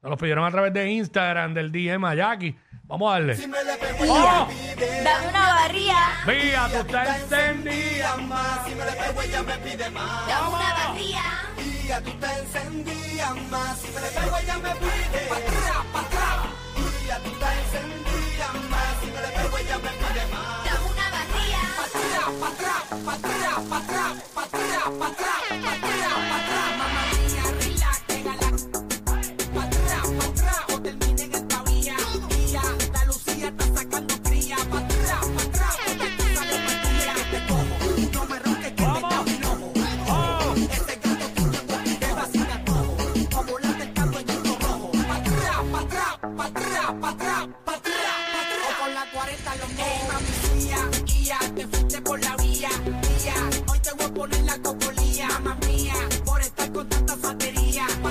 Nos los pidieron a través de Instagram, del DM a Jackie. Vamos a darle. Mira, Dame una barría, Mira, tú estás encendida. dame una barría. Dame una barría.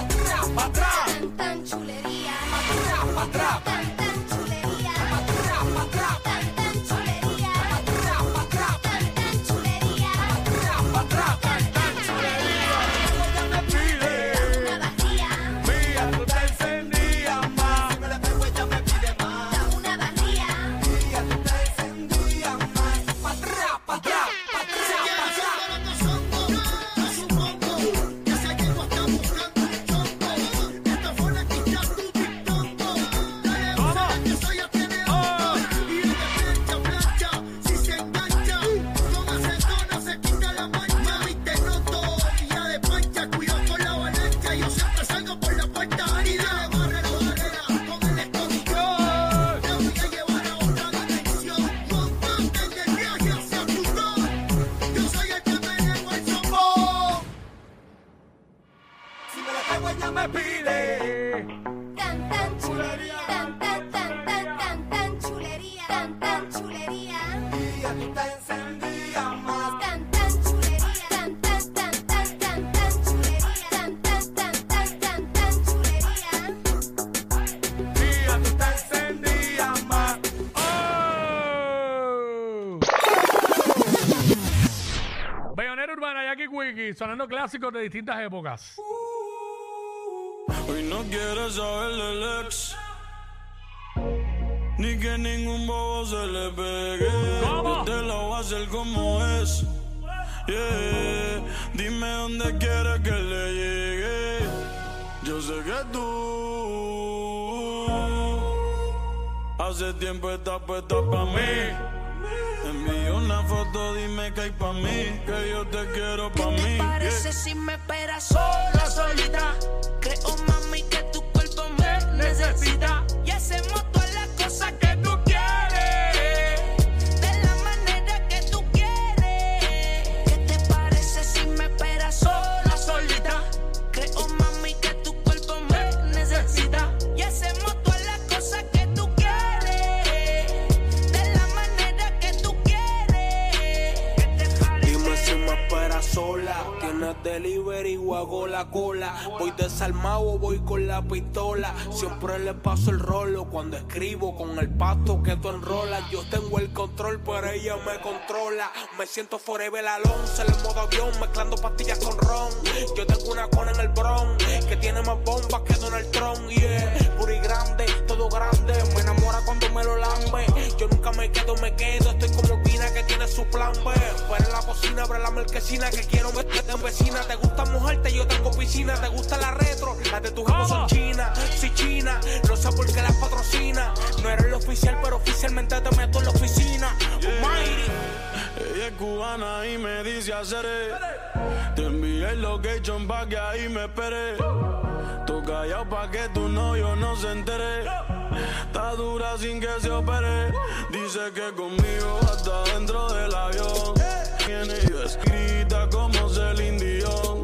Tan, tan chulería. Tan, tan chulería. Tan, tan chulería. Tan, tan chulería. Tan, tan chulería. Dame una barría, Mira, tú estás encendida, más. dame una barría. Oh. Tan tan chulería, tan tan tan tan tan tan chulería, tan tan chulería. Tan tan chulería, tan tan tan tan tan tan chulería, tan tan tan tan tan tan chulería. Mira, tú estás encendida, más. ¡Oh! Bayonera Urbana, Jackie Quickie, sonando clásicos de distintas épocas. Hoy no quiere saber del ex. Ni que ningún bobo se le pegue. ¿Cómo? Yo te lo voy a hacer como es. Yeah. Dime dónde quieres que le llegue. Yo sé que tú. Hace tiempo estás puesta pa' mí. Envío una foto, dime que hay pa' mí. Que yo te quiero pa' mí. ¿Qué te yeah. parece si me esperas sola, solita? Creo, mami, que tu cuerpo me necesita. Y hacemos todas las cosas que tú quieres. De la manera que tú quieres. ¿Qué te parece si me esperas sola, solita? Creo, mami, que tu cuerpo me necesita. Y hacemos todas las cosas que tú quieres. De la manera que tú quieres. ¿Qué te parece? Dime si me esperas sola. Tienes delivery o hago la cola. Voy desarmado o voy con la pistola. Siempre le paso el rolo cuando escribo con el pasto que tú enrolas. Yo tengo el control, pero ella me controla. Me siento forever alonso en el modo avión, mezclando pastillas con ron. Yo tengo una cona en el bronx que tiene más bombas que Donald Trump. Yeah, puro y grande, todo grande. Me enamora cuando me lo lambe. Yo nunca me quedo, me quedo. Estoy como Pina que tiene su plan B. Fuera en la cocina, abre la marquesina que quiero meterte en vecina. Te gusta mojarte, yo tengo piscina. Te gusta la retro, las de tus hijos son chinas. Si china, no sé por qué las patrocina. No eres el oficial, pero oficialmente te meto en la oficina. Almighty. Ella es cubana y me dice haceré. Te envié el location pa' que ahí me espere. Tú callado pa' que tu novio no se entere. Está dura sin que se opere. Dice que conmigo hasta dentro del avión. Tiene escrita como Celine Dion.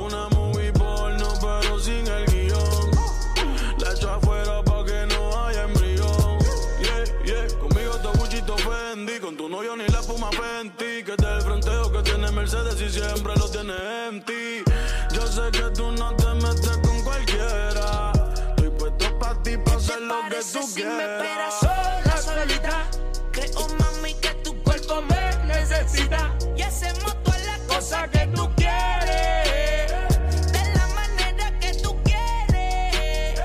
Una movie porno pero sin el guión. La echo afuera pa' que no haya embrión. Yeah, yeah, conmigo te buchito Fendi, con tu novio ni la puma Fenty. Que te el fronteo que tiene Mercedes y siempre lo tiene en ti. Yo sé que tú no te metes con cualquiera. Estoy puesto pa' ti, pa' hacer lo que parece tú si me esperas quieras. sola, solita. Creo, mami, que tu cuerpo me necesita. Y hacemos todas las cosas que tú quieres. De la manera que tú quieres.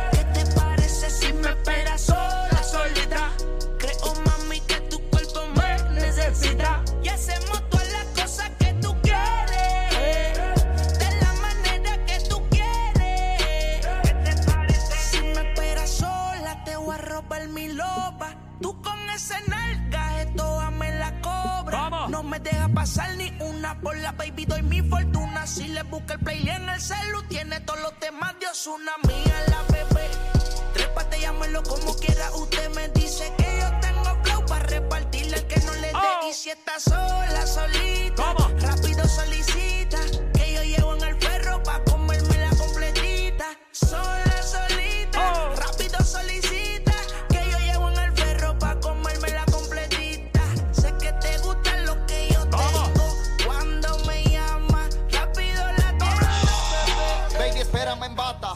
ver mi loba. Tú con ese nalga, esto me la cobra. Vamos. No me deja pasar ni una por la baby, doy mi fortuna. Si le busca el play en el celu, tiene todos los temas de Osuna. Mía la bebé, trépate, llámelo como quiera. Usted me dice que yo tengo flow para repartirle el que no le dé. Oh. Y si está sola, solita, Vamos. rápido solicita. Que yo llevo en el perro pa' comerme la completita. Sola, solita, Oh. rápido solicita. Que yo llevo en el perro pa' comerme la completita. Sé que te gusta lo que yo Vamos. tengo. Cuando me llama, rápido la tengo. Baby, espérame en bata.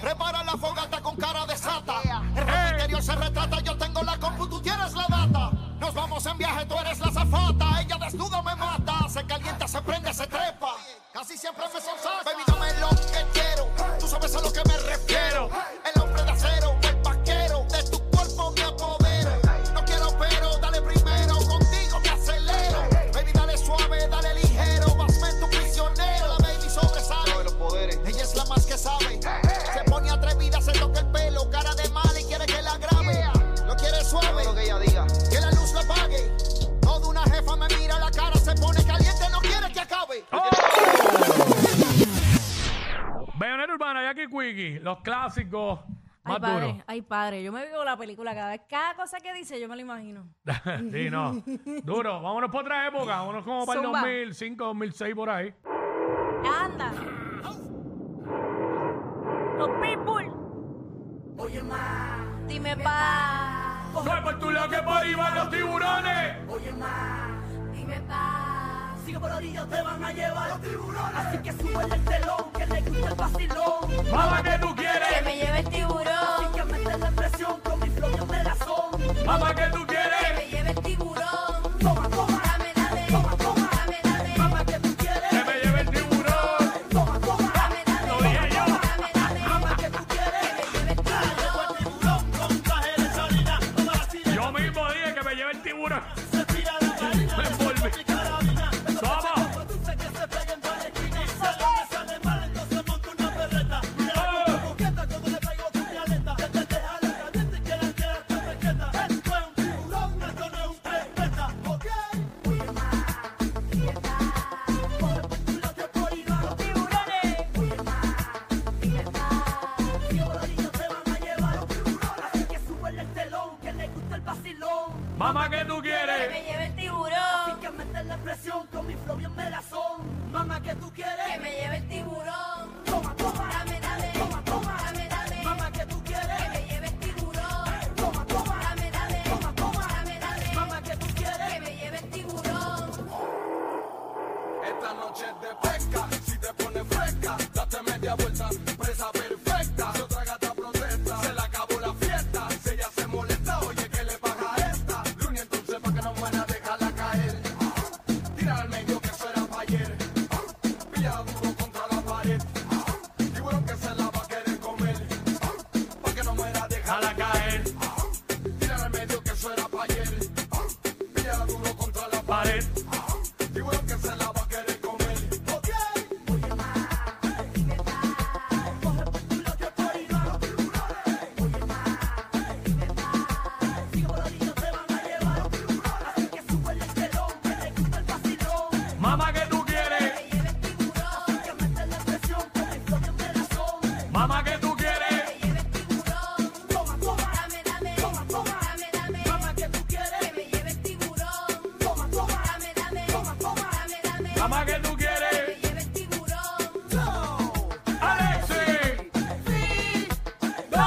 Prepara la fogata con cara de sata. El rojo interior se retrata. Yo tengo la compu, tú tienes la data. Nos vamos en viaje, tú eres la zafata. Ella desnuda me mata. Se calienta, se prende, se trepa. Casi siempre me sonsaca. Baby, dame lo que quiero. Tú sabes a lo que me refiero. El hombre de acero, el vaquero. De tu cuerpo me apodero. No quiero pero, dale primero. Contigo me acelero. Baby, dale suave, dale ligero. Vasme tu prisionero. La baby sobresale. Ella es la más que sabe. Se pone atrevida, se toca el pelo, cara de mal y quiere que la grabe. Lo quiere suave. Lo que ella diga. Que la luz la apague. Toda una jefa me mira la cara, se pone caliente, no quiere que acabe. Bayonera Urbana, Jackie Quickie, los clásicos Ay, más padre, duros. ay, padre. Yo me vivo la película cada vez. Cada cosa que dice, yo me lo imagino. sí, no. Duro. Vámonos por otra época. Vámonos como para el Zumba. 2005, 2006, por ahí. Anda. Los people. Dime, pa. Soy por tu lado que por ahí van los tiburones. Dime, pa. Mamá, que tú Que quieres? me lleve el tiburón. Mamá, que tú Que quieres? me lleve el tiburón. Dame, dame. Dame, dame. Que me lleve el tiburón. Dame, dame. Lo dije yo. Dame, dame. Que me lleve el tiburón. Yo mismo dije que me lleve el tiburón. Me envolví. Somos. Mamá, que tú Que quieres? me lleve el tiburón. Que me lleve el tiburón. Dame, dame. Dame, dame. Que me lleve el tiburón. Dame, dame. Dame, dame. Que me lleve el tiburón. Esta noche es de pesca, si te pones fresca, date media vuelta, presa perfecta. Si otra gata protesta, se le acabó la fiesta. Si ella se molesta, oye, que le baja a esta? Luni, entonces pa' que no muera, déjala caer. Tira al medio que eso era pa' ayer. Pilla duro contra la pared. Y bueno que se la va a querer comer. Pa' que no muera, déjala caer. Tira al medio que eso era pa' ayer. Pilla duro contra la pared. Y bueno que se la va a querer comer. Ok. Mamá, que tú quieres? Que me lleve el tiburón. Mamá, que tú quieres? Que me lleve el tiburón. Dame, dame. Dame, dame. Que me lleve el tiburón. Dame, dame. Dame, dame. Mamá, que tú Que me quieres? lleve el tiburón. Alexis. ¡No!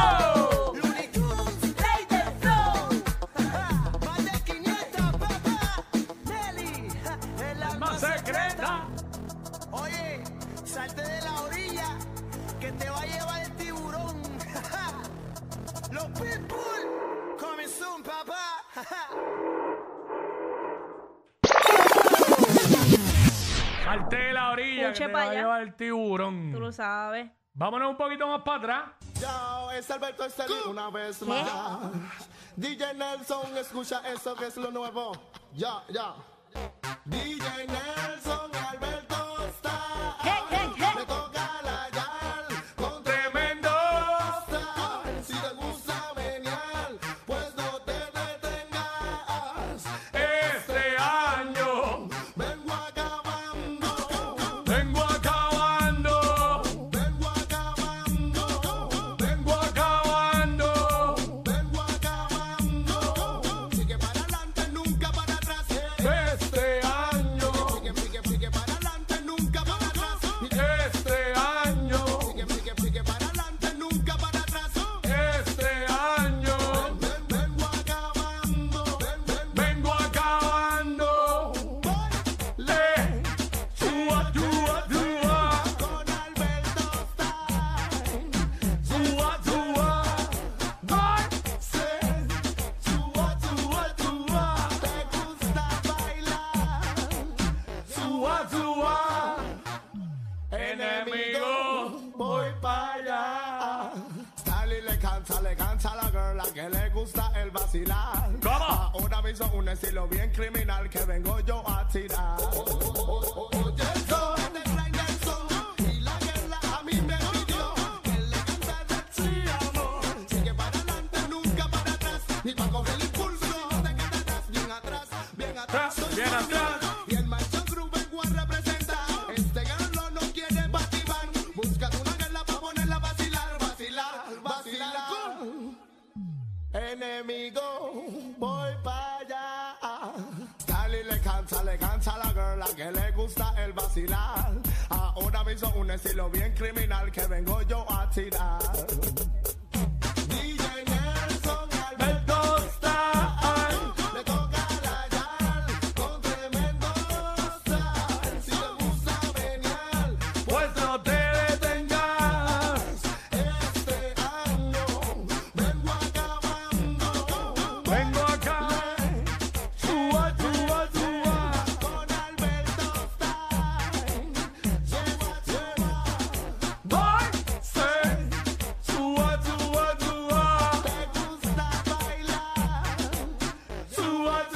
Más secreta. Oye, salte de la orilla que te va a llevar el tiburón. Los pitbull coming soon, papá. Salte de la orilla Escuche que te pa' va a allá. llevar el Tú lo tiburón. sabes. Vámonos un poquito más para atrás. Yo, es Alberto Estelí una vez más. DJ Nelson, escucha eso que es lo nuevo. Ya, ya. DJ Nelson, Alberto está. Me toca la yal con Tremendo. tremenda. Si pues te gusta, genial. este danza, le cansa la girl, la que le gusta el vacilar. ¿Cómo? Ahora me hizo un estilo bien criminal que vengo yo a tirar. Oye, el son, el fly del son, y la guerra a mí me pidió que le cantara sí, amor. Sigue para adelante, nunca para atrás, ni para coger el impulso. No te quedarás bien atrás, bien atrás. soy bien yo. atrás. Y el macho crew vengo a representar. Este garlo no quiere batibar. Busca una guerra para ponerla a vacilar, vacilar, vacilar. Enemigo, voy para allá. Cali le cansa, le cansa a la girl, la que le gusta el vacilar. Ahora me hizo un estilo bien criminal que vengo yo a tirar. DJ Nelson Alberto Star, le toca la yal con tremendo sal. Si le gusta venial, Pues no te detengas. este año vengo acabando. Vengo acá. Suba, suba, suba. Con Alberto Stein, lleva, lleva, Voy. Sí. Suba, suba, suba. te gusta bailar. Suba,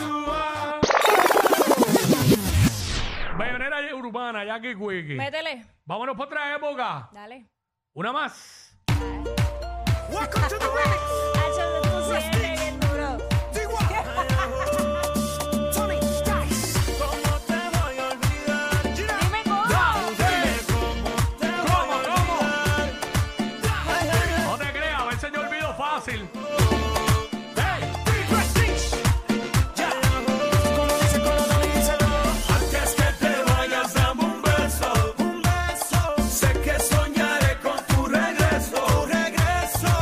suba. Bayonera urbana, Jackie Quickie. Métele. Vámonos para otra época. Dale. Una más. Hacho, tú siempre bien duro. ¿Cómo te voy a olvidar? Dime cómo. ¿Cómo, cómo? No te creas, a veces yo olvido fácil. Antes que te vayas, dame un beso. Un beso. Sé que soñaré con tu regreso. Tu regreso.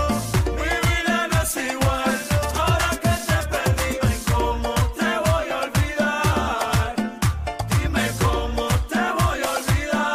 Mi vida no es igual. Ahora que te perdí, dime cómo te voy a olvidar. Dime cómo te voy a olvidar.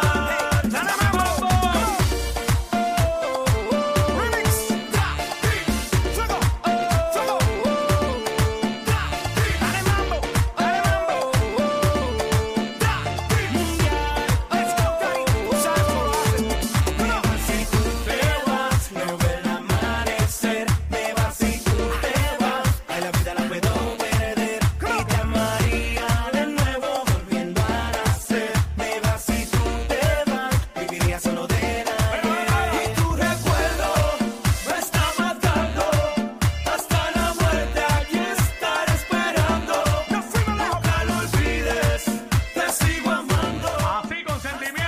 Así con sentimiento.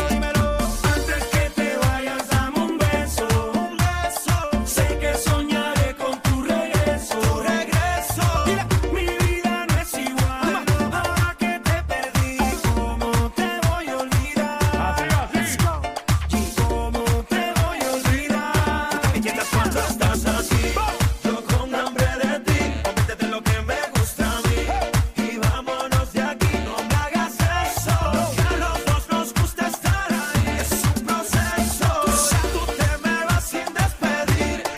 Antes que te vayas, dame un beso. Un beso. Sé que soñaré con tu regreso. Tu regreso. Mi vida no es igual. Ahora que te perdí, ¿cómo te voy a olvidar? Así, así. ¿Cómo te voy a olvidar? Cuando estás así, yo con hambre de ti, conviértete en lo que me gusta a mí y vámonos de aquí. No me hagas eso, que a los dos nos gusta estar ahí. Es un proceso, tú te me vas sin despedirte.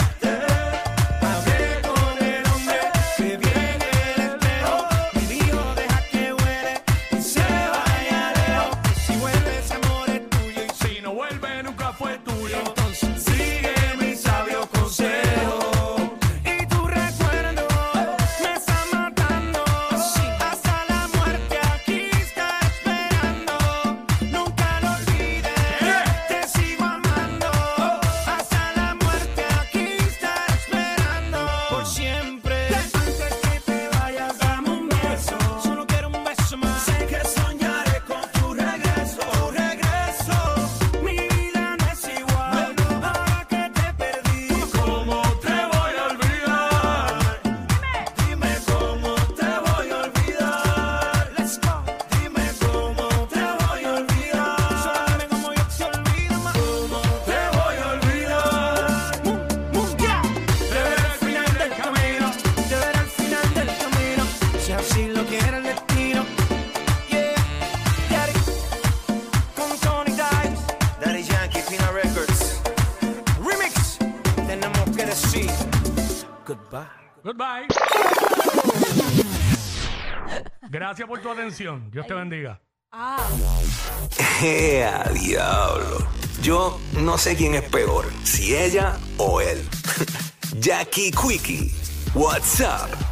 Hablé con el hombre que viene el espejo y dijo deja que huele y se vaya lejos. Si vuelve ese amor es tuyo y Si no vuelve, nunca fue tuyo. entonces sigue mi sabio consejo y tu recuerdo me está matando hasta la muerte aquí está esperando nunca lo olvides te sigo amando hasta la muerte aquí está esperando por siempre antes que te vayas dame un beso solo quiero un beso más sé que soñaré con tu regreso tu regreso mi vida no es igual ahora que te perdí. ¿Cómo te voy a olvidar? Dime cómo te voy a olvidar. Let's go. Dime cómo te voy a olvidar. Solo dime cómo yo te olvido más. ¿Cómo te voy a olvidar? Te veré al final del camino. Te veré al final del camino. Si así lo quiere el destino. Yeah, Daddy. Con Tony Dice. Daddy Yankee. Goodbye. Gracias por tu atención. Dios te bendiga. ¡Ea, diablo! Yo no sé quién es peor, si ella o él. Jackie Quickie, what's up?